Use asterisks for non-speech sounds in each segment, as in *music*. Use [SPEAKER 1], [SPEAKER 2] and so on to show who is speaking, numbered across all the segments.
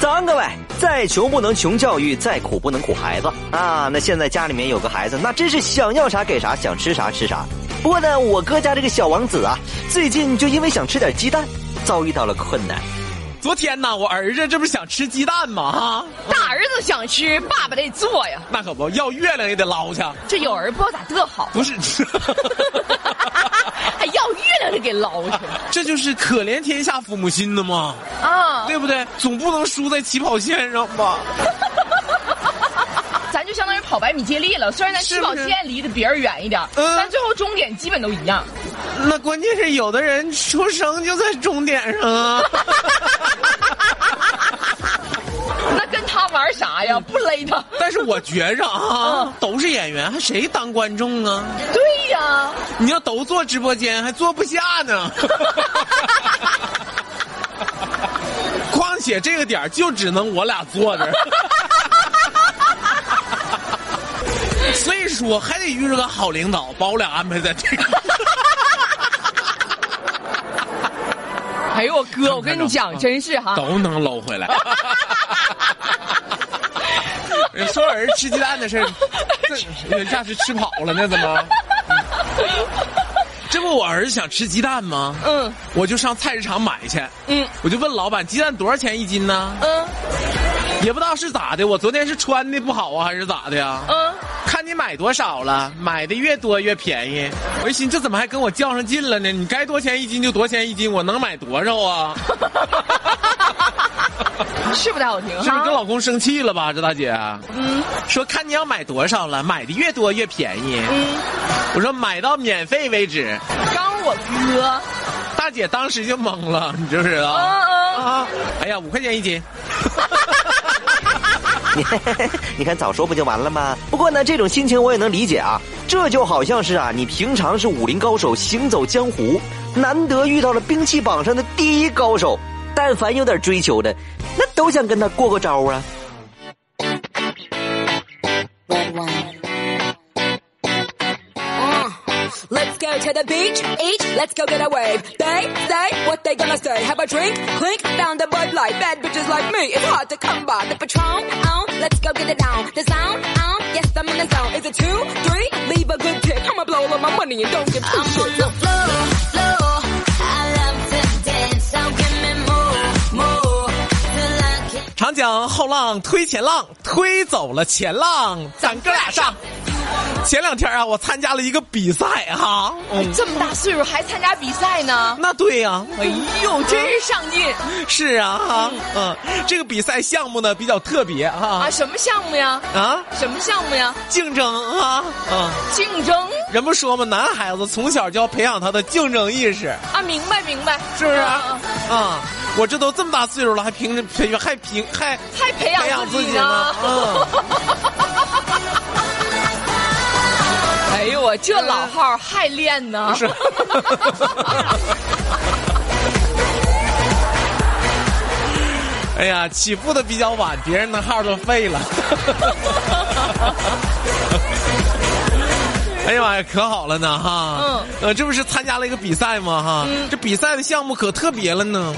[SPEAKER 1] 早安，各位！再穷不能穷教育，再苦不能苦孩子啊！那现在家里面有个孩子，那真是想要啥给啥，想吃啥吃啥。不过呢，我哥家这个小王子啊，最近就因为想吃点鸡蛋，遭遇到了困难。 *laughs*
[SPEAKER 2] 昨天呢，我儿子这不是想吃鸡蛋吗？啊，
[SPEAKER 3] 大儿子想吃，爸爸得做呀。
[SPEAKER 2] 那可不要月亮也得捞去，
[SPEAKER 3] 这有人不知道咋得好， *laughs*
[SPEAKER 2] 不是， *laughs*
[SPEAKER 3] 还要月亮的给捞去
[SPEAKER 2] 这就是可怜天下父母心的嘛，
[SPEAKER 3] 啊！
[SPEAKER 2] 对不对？总不能输在起跑线上吧？
[SPEAKER 3] 咱就相当于跑百米接力了，虽然咱起
[SPEAKER 2] 是不
[SPEAKER 3] 跑
[SPEAKER 2] 是
[SPEAKER 3] 线离得别人远一点，
[SPEAKER 2] 嗯
[SPEAKER 3] 但最后终点基本都一样。
[SPEAKER 2] 那关键是有的人出生就在终点上啊，
[SPEAKER 3] 那跟他玩啥呀？不勒他？
[SPEAKER 2] 但是我觉着啊
[SPEAKER 3] 嗯，
[SPEAKER 2] 都是演员，还谁当观众啊？
[SPEAKER 3] 对呀，
[SPEAKER 2] 你要都坐直播间，还坐不下呢。况且这个点儿就只能我俩坐着，所以说还得遇着个好领导，把我俩安排在这个。
[SPEAKER 3] 哎呦我哥，我跟你讲，
[SPEAKER 2] 看着
[SPEAKER 3] 真是哈，
[SPEAKER 2] 都能搂回来。人说人吃鸡蛋的事儿，这人下去吃跑了呢，怎么？这不我儿子想吃鸡蛋吗？
[SPEAKER 3] 嗯
[SPEAKER 2] 我就上菜市场买去。
[SPEAKER 3] 嗯
[SPEAKER 2] 我就问老板鸡蛋多少钱一斤呢？
[SPEAKER 3] 嗯
[SPEAKER 2] 也不知道是咋的，我昨天是穿的不好啊，还是咋的呀？
[SPEAKER 3] 嗯，
[SPEAKER 2] 看你买多少了，买的越多越便宜。我一寻，这怎么还跟我较上劲了呢？你该多钱一斤就多钱一斤，我能买多少啊？
[SPEAKER 3] 是不太好听
[SPEAKER 2] 是不是跟
[SPEAKER 3] 哈。
[SPEAKER 2] 老公生气了吧？这大姐啊
[SPEAKER 3] 嗯
[SPEAKER 2] 说看你要买多少了，买的越多越便宜。
[SPEAKER 3] 嗯，
[SPEAKER 2] 我说买到免费为止。
[SPEAKER 3] 刚我哥，
[SPEAKER 2] 大姐当时就懵了，你知不知道？
[SPEAKER 3] 嗯嗯，
[SPEAKER 2] 啊，哎呀，五块钱一斤。
[SPEAKER 1] 你看早说不就完了吗？不过呢，这种心情我也能理解啊。这就好像是啊，你平常是武林高手，行走江湖，难得遇到了兵器榜上的第一高手，但凡有点追求的，那都想跟他过过招啊。
[SPEAKER 4] red wine. Ah, let's go to the beach, eat, let's go get a wave. They say what they gonna say. Have a drink, clink, found a bud light. Bad bitches like me, it's hard to come by. The patron, on, let's go get it down. The sound, on, yes, I'm in the zone. Is it two, three? Leave a good tip. I'ma blow all of my money and don't give two shits.
[SPEAKER 5] Let's
[SPEAKER 2] 长江后浪推前浪，推走了前浪，咱哥俩上。前两天啊，我参加了一个比赛哈、嗯，
[SPEAKER 3] 这么大岁数还参加比赛呢，
[SPEAKER 2] 那对呀、
[SPEAKER 3] 哎呦，真是上进
[SPEAKER 2] 是啊哈，嗯，这个比赛项目呢比较特别哈
[SPEAKER 3] 啊！什么项目呀？
[SPEAKER 2] 啊
[SPEAKER 3] 什么项目呀？
[SPEAKER 2] 竞争啊，嗯，
[SPEAKER 3] 竞争
[SPEAKER 2] 人不说嘛，男孩子从小就要培养他的竞争意识，
[SPEAKER 3] 啊，明白明白，
[SPEAKER 2] 是不是？
[SPEAKER 3] 啊
[SPEAKER 2] 啊，我这都这么大岁数了，还凭着培还凭还
[SPEAKER 3] 还培养
[SPEAKER 2] 培养
[SPEAKER 3] 自
[SPEAKER 2] 自
[SPEAKER 3] 己
[SPEAKER 2] 己
[SPEAKER 3] 呢
[SPEAKER 2] 呢？嗯。
[SPEAKER 3] 哎呦我这老号还练呢，
[SPEAKER 2] 是哎呀，起步的比较晚，别人的号都废了。哎呀妈呀，可好了呢哈！
[SPEAKER 3] 嗯，
[SPEAKER 2] 呃，这不是参加了一个比赛吗哈？这比赛的项目可特别了呢，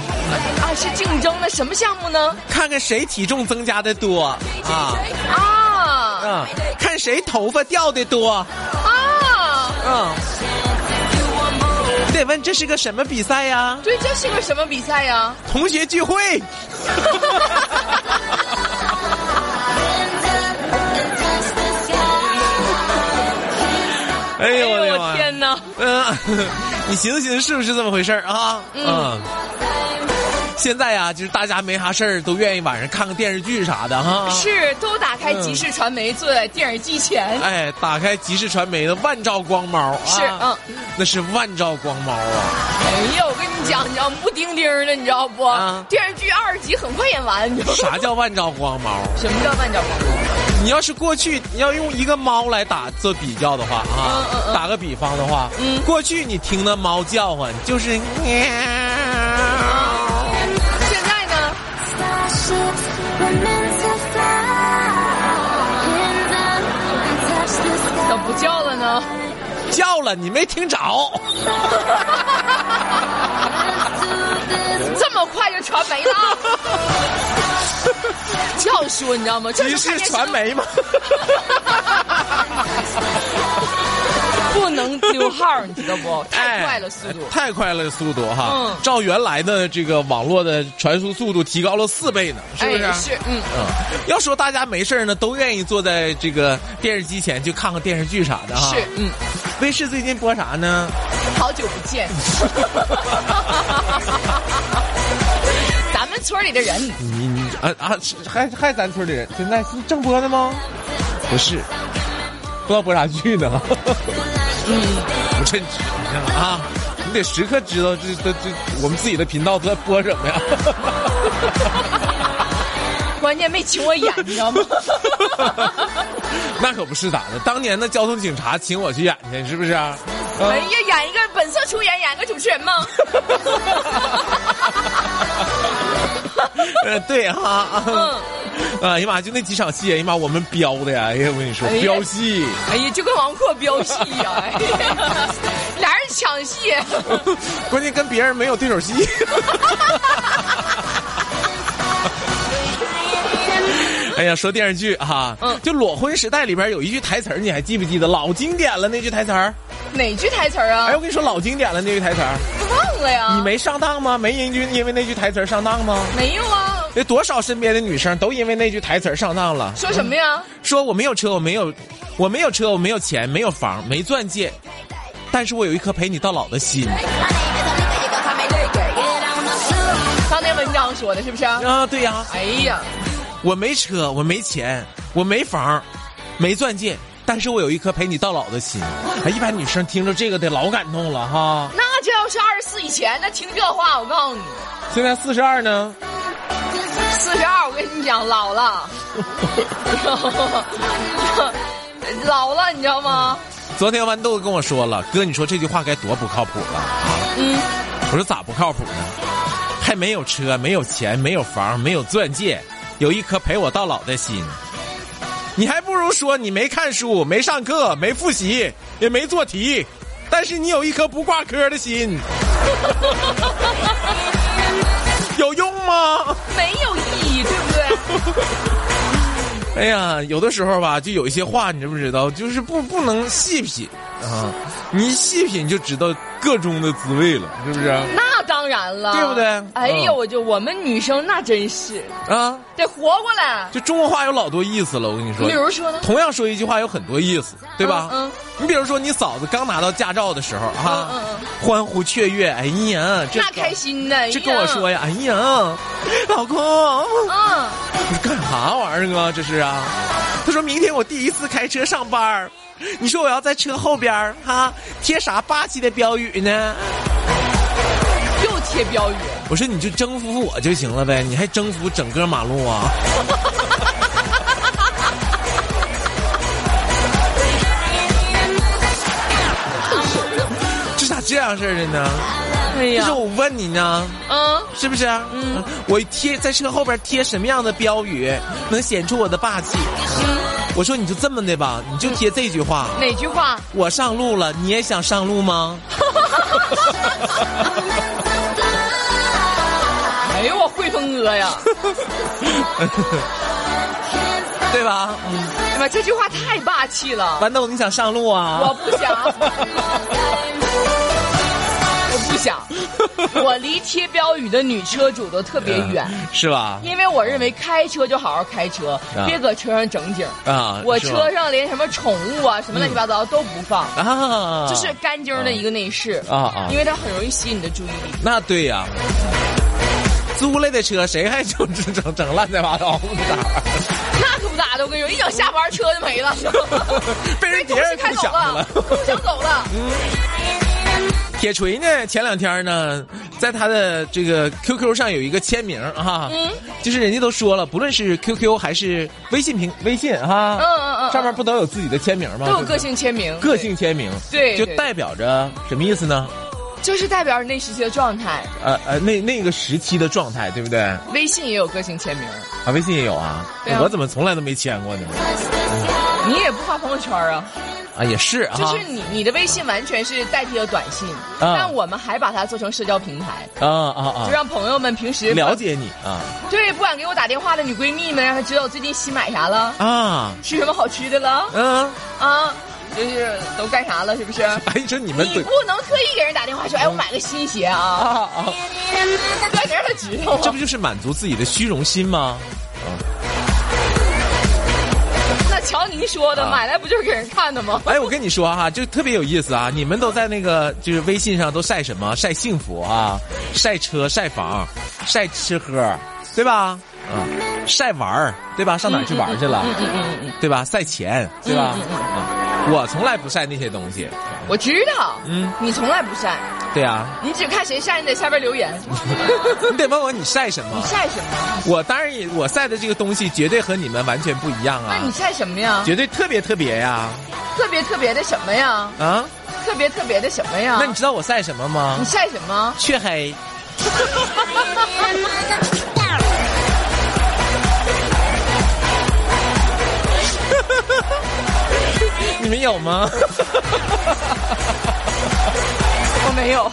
[SPEAKER 3] 啊是竞争的什么项目呢？
[SPEAKER 2] 看看谁体重增加的多啊
[SPEAKER 3] 啊
[SPEAKER 2] 啊，看谁头发掉的多。
[SPEAKER 3] 啊！
[SPEAKER 2] 嗯，得问这是个什么比赛呀、
[SPEAKER 3] 对，这是个什么比赛呀？
[SPEAKER 2] 同学
[SPEAKER 3] *laughs*
[SPEAKER 2] 聚会。哎
[SPEAKER 3] 哎
[SPEAKER 2] 呦
[SPEAKER 3] 呦
[SPEAKER 2] 我的
[SPEAKER 3] 我
[SPEAKER 2] 妈呀！ *laughs*
[SPEAKER 3] 天哪！
[SPEAKER 2] 嗯，你寻思寻思是不是这么回事儿啊？
[SPEAKER 3] 嗯
[SPEAKER 2] 现在呀、就是大家没啥事儿，都愿意晚上看个电视剧啥的哈。。
[SPEAKER 3] 是都打开集市传媒，坐在电视机前。
[SPEAKER 2] 哎，打开吉视传媒的万兆光猫啊，
[SPEAKER 3] 是嗯，
[SPEAKER 2] 那是万兆光猫啊，
[SPEAKER 3] 哎呀，我跟你讲，你知道不丁丁的，你知道不
[SPEAKER 2] 啊？
[SPEAKER 3] 电视剧二集很快演完，你知道吗
[SPEAKER 2] 啥叫万兆光猫？啊
[SPEAKER 3] 什么叫万兆光猫？
[SPEAKER 2] 你要是过去，你要用一个猫来打做比较的话啊，
[SPEAKER 3] 嗯嗯嗯
[SPEAKER 2] 打个比方的话，
[SPEAKER 3] 嗯
[SPEAKER 2] 过去你听那猫叫唤就是，
[SPEAKER 3] 嗯现在呢？怎么不叫了呢？
[SPEAKER 2] 叫了你没听着， *laughs*
[SPEAKER 3] 这么快就传媒了？说，你知道吗？就
[SPEAKER 2] 你
[SPEAKER 3] 看
[SPEAKER 2] 是
[SPEAKER 3] 电视
[SPEAKER 2] 传
[SPEAKER 3] 都
[SPEAKER 2] 媒吗？
[SPEAKER 3] 不能丢号，你知道不？太
[SPEAKER 2] 哎
[SPEAKER 3] 快了速度。
[SPEAKER 2] 太快了速度哈！
[SPEAKER 3] 嗯
[SPEAKER 2] 照原来的这个网络的传输速度提高了四倍呢，是不是？
[SPEAKER 3] 哎，是，嗯，
[SPEAKER 2] 嗯，要说大家没事儿呢，都愿意坐在这个电视机前去看看电视剧啥的哈。
[SPEAKER 3] 是，嗯，
[SPEAKER 2] 卫视最近播啥呢？
[SPEAKER 3] 好久不
[SPEAKER 2] *laughs*
[SPEAKER 3] 见。咱们村里的人，
[SPEAKER 2] 你你啊啊，是还还咱村里人现在是正播呢吗？不是，不知道播啥剧
[SPEAKER 3] *laughs*
[SPEAKER 2] 呢。
[SPEAKER 3] 嗯
[SPEAKER 2] 不称职啊！你得时刻知道这这这我们自己的频道都在播什么呀。 *laughs*
[SPEAKER 3] 关键没请我演，你知
[SPEAKER 2] *laughs*
[SPEAKER 3] 道吗？
[SPEAKER 2] 那可不是咋的，当年的交通警察请我去演去，是不是
[SPEAKER 3] *laughs*
[SPEAKER 2] 啊？啊
[SPEAKER 3] 哎呀，演一个本色出演，演个主持人吗？
[SPEAKER 2] 呃，对哈， *laughs*
[SPEAKER 3] 嗯，
[SPEAKER 2] 哎呀妈，就那几场戏，哎呀妈，我们飙的呀！哎呀，我跟你说
[SPEAKER 3] 哎，呀
[SPEAKER 2] 飙戏，
[SPEAKER 3] 哎呀，就跟王阔飙戏呀、
[SPEAKER 2] *laughs*
[SPEAKER 3] 哎呀，俩人抢戏，
[SPEAKER 2] *laughs* 关键跟别人没有对手戏。哎呀，说电视剧哈，
[SPEAKER 3] 嗯
[SPEAKER 2] 就裸婚时代里边有一句台词儿，你还记不记得？老经典了那句台词儿。
[SPEAKER 3] 哪句台词儿啊
[SPEAKER 2] 哎，？我跟你说，老经典了那句台词儿，
[SPEAKER 3] 忘了呀？
[SPEAKER 2] 你没上当吗？没人因因为那句台词儿上当吗？
[SPEAKER 3] 没有啊？
[SPEAKER 2] 有多少身边的女生都因为那句台词儿上当了，
[SPEAKER 3] 说什么呀？
[SPEAKER 2] 说我没有车，我没有，我没有车，我没有钱，没有房，没钻戒，但是我有一颗陪你到老的心
[SPEAKER 3] 刚才文章说的是不是？
[SPEAKER 2] 啊！对呀、
[SPEAKER 3] 哎呀，
[SPEAKER 2] 我没车，我没钱，我没房，没钻戒，但是我有一颗陪你到老的心。哎，一般女生听着这个得老感动了哈。
[SPEAKER 3] 那这要是二十四以前，那听这话，我告诉你，
[SPEAKER 2] 现在四十二呢，
[SPEAKER 3] 四十二，我跟你讲，老了， *laughs* 老了，你知道吗？
[SPEAKER 2] 昨天豌豆跟我说了，哥，你说这句话该多不靠谱了啊！我说咋不靠谱呢？还没有车，没有钱，没有房，没有钻戒，有一颗陪我到老的心。你还不如说你没看书，没上课，没复习，也没做题，但是你有一颗不挂科的心，有用吗？
[SPEAKER 3] 没有意义，对
[SPEAKER 2] *laughs*
[SPEAKER 3] 不对？
[SPEAKER 2] 哎呀，有的时候吧，就有一些话，你知不知道？就是不不能细品啊，你一细品就知道个中的滋味了，是不是啊？
[SPEAKER 3] 那当然了，
[SPEAKER 2] 对不对
[SPEAKER 3] 哎呀，
[SPEAKER 2] 嗯
[SPEAKER 3] 我就我们女生那真是
[SPEAKER 2] 啊
[SPEAKER 3] 得活过来。
[SPEAKER 2] 就中国话有老多意思了，我跟你说。
[SPEAKER 3] 比如说呢
[SPEAKER 2] 同样说一句话有很多意思，对吧？
[SPEAKER 3] 嗯嗯
[SPEAKER 2] 你比如说，你嫂子刚拿到驾照的时候，哈、
[SPEAKER 3] 嗯嗯
[SPEAKER 2] 欢呼雀跃，哎呀，这
[SPEAKER 3] 那开心呢，
[SPEAKER 2] 这跟我说呀，哎呀，老公，
[SPEAKER 3] 嗯，
[SPEAKER 2] 你干啥玩意儿啊？这是啊？他说明天我第一次开车上班儿你说我要在车后边儿哈贴啥霸气的标语呢？
[SPEAKER 3] 又贴标语，
[SPEAKER 2] 我说你就征服我就行了呗，你还征服整个马路啊？ *laughs* 这咋这样式儿的呢？
[SPEAKER 3] 哎
[SPEAKER 2] 这
[SPEAKER 3] 呀
[SPEAKER 2] 是，我问你呢，
[SPEAKER 3] 嗯，
[SPEAKER 2] 是不是啊？嗯，我贴在车后边贴什么样的标语能显出我的霸气？我说你就这么的吧，你就贴这句话。
[SPEAKER 3] 哪句话？
[SPEAKER 2] 我上路了，你也想上路吗？
[SPEAKER 3] 哎呦，我惠峰哥 *laughs* 呀，
[SPEAKER 2] 对吧？嗯
[SPEAKER 3] 对哎吧？这句话太霸气了， *laughs*
[SPEAKER 2] 豌豆，你想上路啊？
[SPEAKER 3] 我不想，我不 *laughs* 想，我离贴标语的女车主都特别远。
[SPEAKER 2] 是吧？
[SPEAKER 3] 因为我认为开车就好好开车，
[SPEAKER 2] 啊
[SPEAKER 3] 别搁车上整景儿
[SPEAKER 2] 啊
[SPEAKER 3] 我
[SPEAKER 2] 是吧
[SPEAKER 3] 车上连什么宠物啊、什么乱七八糟都不放，
[SPEAKER 2] 啊，
[SPEAKER 3] 就是干净儿的一个内饰
[SPEAKER 2] 啊啊
[SPEAKER 3] 因为它很容易吸引你的注意力。
[SPEAKER 2] 那对呀、租来的车谁还就整整整乱七八糟的？
[SPEAKER 3] *laughs* 那可不咋的，我跟你说，一整下班车就没
[SPEAKER 2] *laughs*
[SPEAKER 3] 了，
[SPEAKER 2] 被人别人
[SPEAKER 3] 开
[SPEAKER 2] 共
[SPEAKER 3] 走
[SPEAKER 2] 享
[SPEAKER 3] 了
[SPEAKER 2] 了，。
[SPEAKER 3] 共 *laughs* 享走
[SPEAKER 2] *laughs*
[SPEAKER 3] 了。
[SPEAKER 2] 铁锤呢？前两天呢，在他的这个 QQ 上有一个签名啊，
[SPEAKER 3] 嗯
[SPEAKER 2] 就是人家都说了，不论是 QQ 还是微信平微信哈，
[SPEAKER 3] 嗯嗯嗯
[SPEAKER 2] 上面不都有自己的签名吗？
[SPEAKER 3] 都有
[SPEAKER 2] 就是
[SPEAKER 3] 个性签名，
[SPEAKER 2] 个性签名，
[SPEAKER 3] 对
[SPEAKER 2] 就
[SPEAKER 3] 对
[SPEAKER 2] 代表着什么意思呢？
[SPEAKER 3] 对就是代表那时期的状态。
[SPEAKER 2] 呃呃，那那个时期的状态，对不对？啊，
[SPEAKER 3] 微信也有个性签名，
[SPEAKER 2] 微信也有啊，
[SPEAKER 3] 对啊
[SPEAKER 2] 我怎么从来都没签过呢？
[SPEAKER 3] 你也不发朋友圈啊？
[SPEAKER 2] 啊，也是哈，
[SPEAKER 3] 就是你你的微信完全是代替了短信，但我们还把它做成社交平台，
[SPEAKER 2] 啊啊啊
[SPEAKER 3] 就，让朋友们平时
[SPEAKER 2] 了解你啊
[SPEAKER 3] 对不敢给我打电话的女闺蜜们，让她知道我最近新买啥了，
[SPEAKER 2] 啊，
[SPEAKER 3] 吃什么好吃的了
[SPEAKER 2] 嗯， *laughs*
[SPEAKER 3] 啊，就是都干啥了，是不是？
[SPEAKER 2] 哎，你说你们
[SPEAKER 3] 你
[SPEAKER 2] 嘴
[SPEAKER 3] 不能特意给人打电话说，哎，我买个新鞋啊，
[SPEAKER 2] 啊啊，
[SPEAKER 3] 干啥他知道
[SPEAKER 2] 这
[SPEAKER 3] 啊
[SPEAKER 2] 不？就是满足自己的虚荣心吗？
[SPEAKER 3] 那瞧你说的，
[SPEAKER 2] 啊
[SPEAKER 3] 买来不就是给人看的吗？
[SPEAKER 2] 哎，我跟你说哈、就特别有意思啊！你们都在那个就是微信上都晒什么？晒幸福啊，晒车、晒房、晒吃喝，对吧？嗯，晒玩儿，对吧？上哪儿去玩儿去了？对吧？晒钱，对吧？嗯我从来不晒那些东西。
[SPEAKER 3] 我知道，
[SPEAKER 2] 嗯
[SPEAKER 3] 你从来不晒，
[SPEAKER 2] 对 *laughs* 啊，
[SPEAKER 3] 你只看谁晒，你在下边留言，
[SPEAKER 2] 你得问我你晒什
[SPEAKER 3] 你
[SPEAKER 2] 么？
[SPEAKER 3] 晒什么？
[SPEAKER 2] 我当然也，我晒的这个东西绝对和你们完全不一样
[SPEAKER 3] 那你
[SPEAKER 2] 啊，
[SPEAKER 3] 晒什么呀？
[SPEAKER 2] 绝对特别特别呀！
[SPEAKER 3] 特别特别的什么呀？
[SPEAKER 2] 啊，
[SPEAKER 3] 特别特别的什么呀？
[SPEAKER 2] 那你知道我晒什么吗
[SPEAKER 3] 你？晒什么？
[SPEAKER 2] 雀黑。 *laughs* 你们有吗？
[SPEAKER 3] 我没有，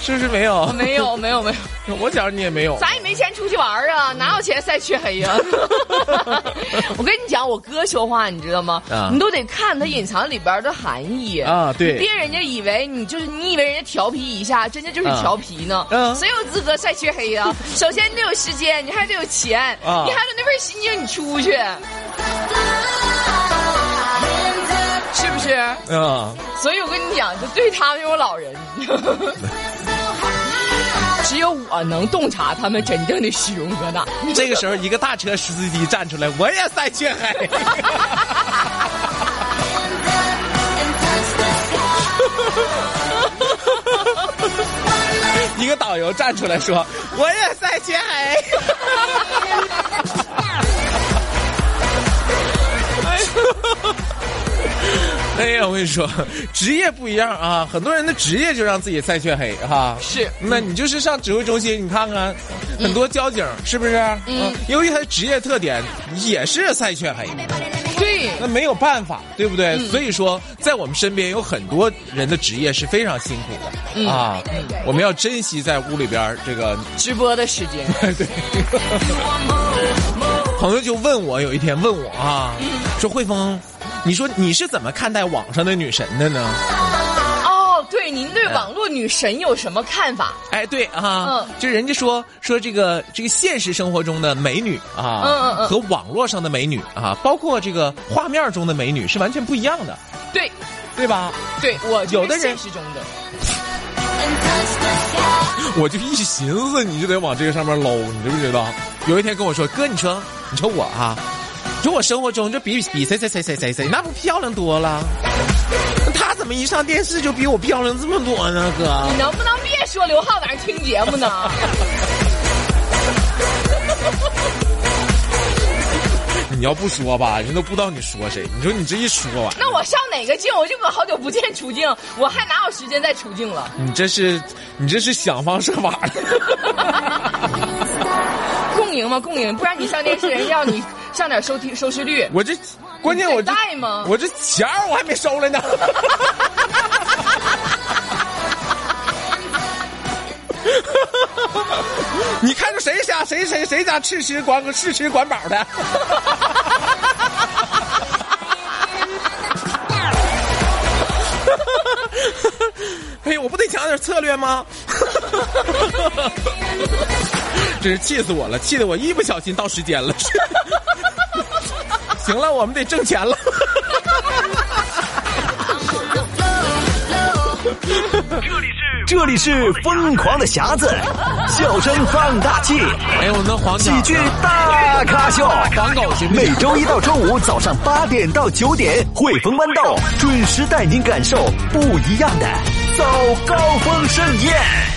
[SPEAKER 2] 是不是没有
[SPEAKER 3] 我？没有，没有，没有。
[SPEAKER 2] 我觉着你也没有。
[SPEAKER 3] 咱也没钱出去玩儿啊，哪有钱晒黢黑呀、 *laughs* 我跟你讲，我哥说话你知道吗？
[SPEAKER 2] 啊
[SPEAKER 3] 你都得看他隐藏里边儿的含义
[SPEAKER 2] 啊对
[SPEAKER 3] 你别人家以为你就是你以为人家调皮一下，真的就是
[SPEAKER 2] 啊
[SPEAKER 3] 调皮呢。
[SPEAKER 2] 嗯
[SPEAKER 3] 谁有资格晒黢黑呀、首先你得有时间，你还得有钱，
[SPEAKER 2] 啊
[SPEAKER 3] 你还得那份心情，你出去，是不是？
[SPEAKER 2] 嗯，
[SPEAKER 3] 所以我跟你讲，就对他们这种老人， *laughs* 只有我能洞察他们真正的虚荣搁哪。
[SPEAKER 2] 这个时候一个大车司机站出来，我也晒黢黑。 *laughs* 一个导游站出来说，我也晒黢黑。 *laughs* 哎呀，我跟你说，职业不一样啊，很多人的职业就让自己晒黢黑哈。
[SPEAKER 3] 是
[SPEAKER 2] 那你就是上指挥中心，你看看，很多交警是不是？嗯，由于他职业特点，也是晒黢黑，
[SPEAKER 3] 对，
[SPEAKER 2] 那没有办法，对不对？所以说，在我们身边有很多人的职业是非常辛苦的、啊，我们要珍惜在屋里边儿这个
[SPEAKER 3] 直播的时
[SPEAKER 2] *laughs*
[SPEAKER 3] 间，
[SPEAKER 2] 对，朋友就问我，有一天问我啊，说慧峰，你说你是怎么看待网上的女神的呢？
[SPEAKER 3] 哦，对，您对网络女神有什么看法？
[SPEAKER 2] 哎，对啊，
[SPEAKER 3] 嗯
[SPEAKER 2] 就人家说说这个这个现实生活中的美女啊，
[SPEAKER 3] 嗯嗯嗯
[SPEAKER 2] 和网络上的美女啊，包括这个画面中的美女是完全不一样的，
[SPEAKER 3] 对，
[SPEAKER 2] 对吧？
[SPEAKER 3] 对我就是
[SPEAKER 2] 有的人
[SPEAKER 3] 现实中的，
[SPEAKER 2] 我就一寻思，你就得往这个上面搂，你知不知道？有一天跟我说，哥，你说，你说我啊，你说我生活中这比比谁谁谁谁谁谁，那不漂亮多了？那她怎么一上电视就比我漂亮这么多呢？哥，
[SPEAKER 3] 你能不能别说刘昊在那听节目
[SPEAKER 2] *laughs*
[SPEAKER 3] 呢？
[SPEAKER 2] 你要不说吧，人都不知道你说谁。你说你这一说完，
[SPEAKER 3] 那我上哪个镜？我这不好久不见出镜，我还哪有时间再出镜了？
[SPEAKER 2] 你这是你这是想方设法的。
[SPEAKER 3] 共赢吗？共赢，不然你上电视，人家要你上点收听收视率。
[SPEAKER 2] 我这关键我这
[SPEAKER 3] 你得带吗
[SPEAKER 2] 我这钱儿我还没收来呢。 *laughs* 你看着谁家谁谁谁家吃吃管吃吃管饱的？ *laughs* 哎呀，我不得讲点策略吗？ *laughs* 真是气死我了，气得我一不小心到时间了。 *laughs* 行了，我们得挣钱了。
[SPEAKER 1] 这里是疯狂的匣子，笑声放大器，
[SPEAKER 2] 哎，我那黄
[SPEAKER 1] 喜
[SPEAKER 2] 鸟
[SPEAKER 1] 剧大咖秀。
[SPEAKER 2] 黄狗行不
[SPEAKER 1] 每
[SPEAKER 2] 行？
[SPEAKER 1] 周一到周五早上八点到九点，汇丰豌豆准时带您感受不一样的早高峰盛宴。